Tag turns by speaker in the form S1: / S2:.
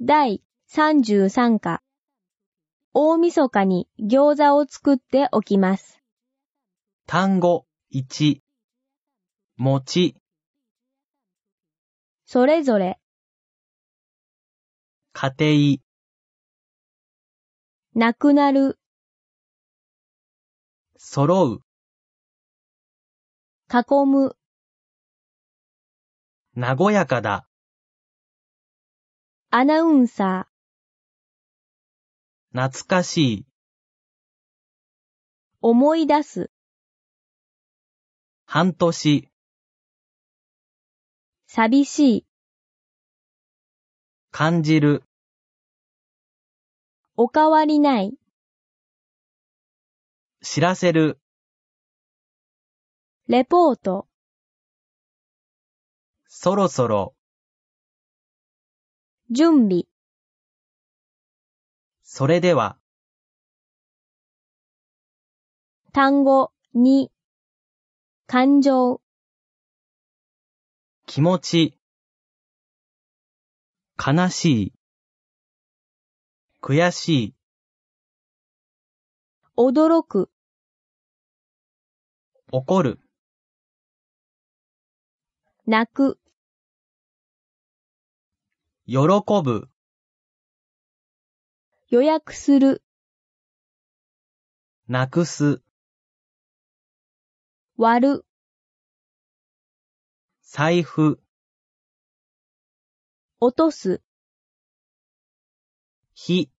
S1: 第33課。大晦日に餃子を作っておきます。
S2: 単語1、餅、
S1: それぞれ、
S2: 家庭、
S1: なくなる、
S2: 揃う、
S1: 囲む、
S2: 和やかだ、
S1: アナウンサー、
S2: 懐かしい、
S1: 思い出す、
S2: 半年、
S1: 寂しい、
S2: 感じる、
S1: おかわりない、
S2: 知らせる、
S1: レポート、
S2: そろそろ、
S1: 準備、
S2: それでは、
S1: 単語、に、感情、
S2: 気持ち、悲しい、悔しい、
S1: 驚く、
S2: 怒る、
S1: 泣く、
S2: 喜ぶ、
S1: 予約する、
S2: なくす、
S1: 割る、
S2: 財布、
S1: 落とす、
S2: 火、